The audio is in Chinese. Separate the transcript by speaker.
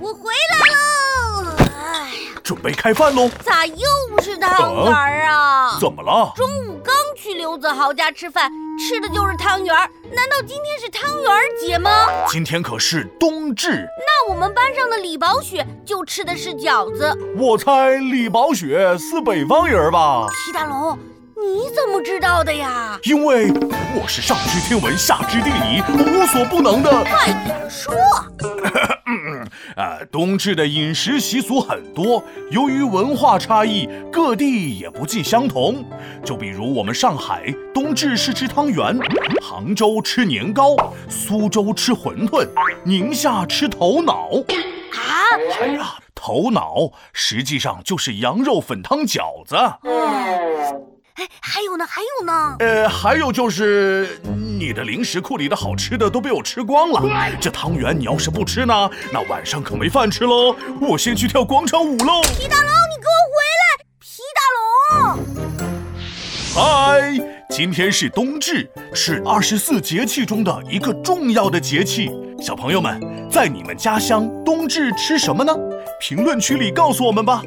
Speaker 1: 我回来喽！哎呀，
Speaker 2: 准备开饭喽！
Speaker 1: 咋又是汤圆儿啊？
Speaker 2: 怎么了？
Speaker 1: 中午刚去刘子豪家吃饭，吃的就是汤圆儿。难道今天是汤圆儿节吗？
Speaker 2: 今天可是冬至，
Speaker 1: 那我们班上的李宝雪就吃的是饺子。
Speaker 2: 我猜李宝雪是北方人儿吧？
Speaker 1: 皮大龙，你怎么知道的呀？
Speaker 2: 因为我是上知天文下知地理，无所不能的。
Speaker 1: 快点说！
Speaker 2: 呃，冬至的饮食习俗很多，由于文化差异，各地也不尽相同。就比如我们上海冬至是吃汤圆，杭州吃年糕，苏州吃馄饨，宁夏吃头脑。
Speaker 1: 啊，
Speaker 2: 哎呀，头脑实际上就是羊肉粉汤饺子。
Speaker 1: 哎，还有呢，还有呢。哦
Speaker 2: 呃，还有就是你的零食库里的好吃的都被我吃光了。这汤圆你要是不吃呢，那晚上可没饭吃喽。我先去跳广场舞喽。
Speaker 1: 皮大龙，你给我回来！皮大龙。
Speaker 2: 嗨，今天是冬至，是二十四节气中的一个重要的节气。小朋友们，在你们家乡冬至吃什么呢？评论区里告诉我们吧。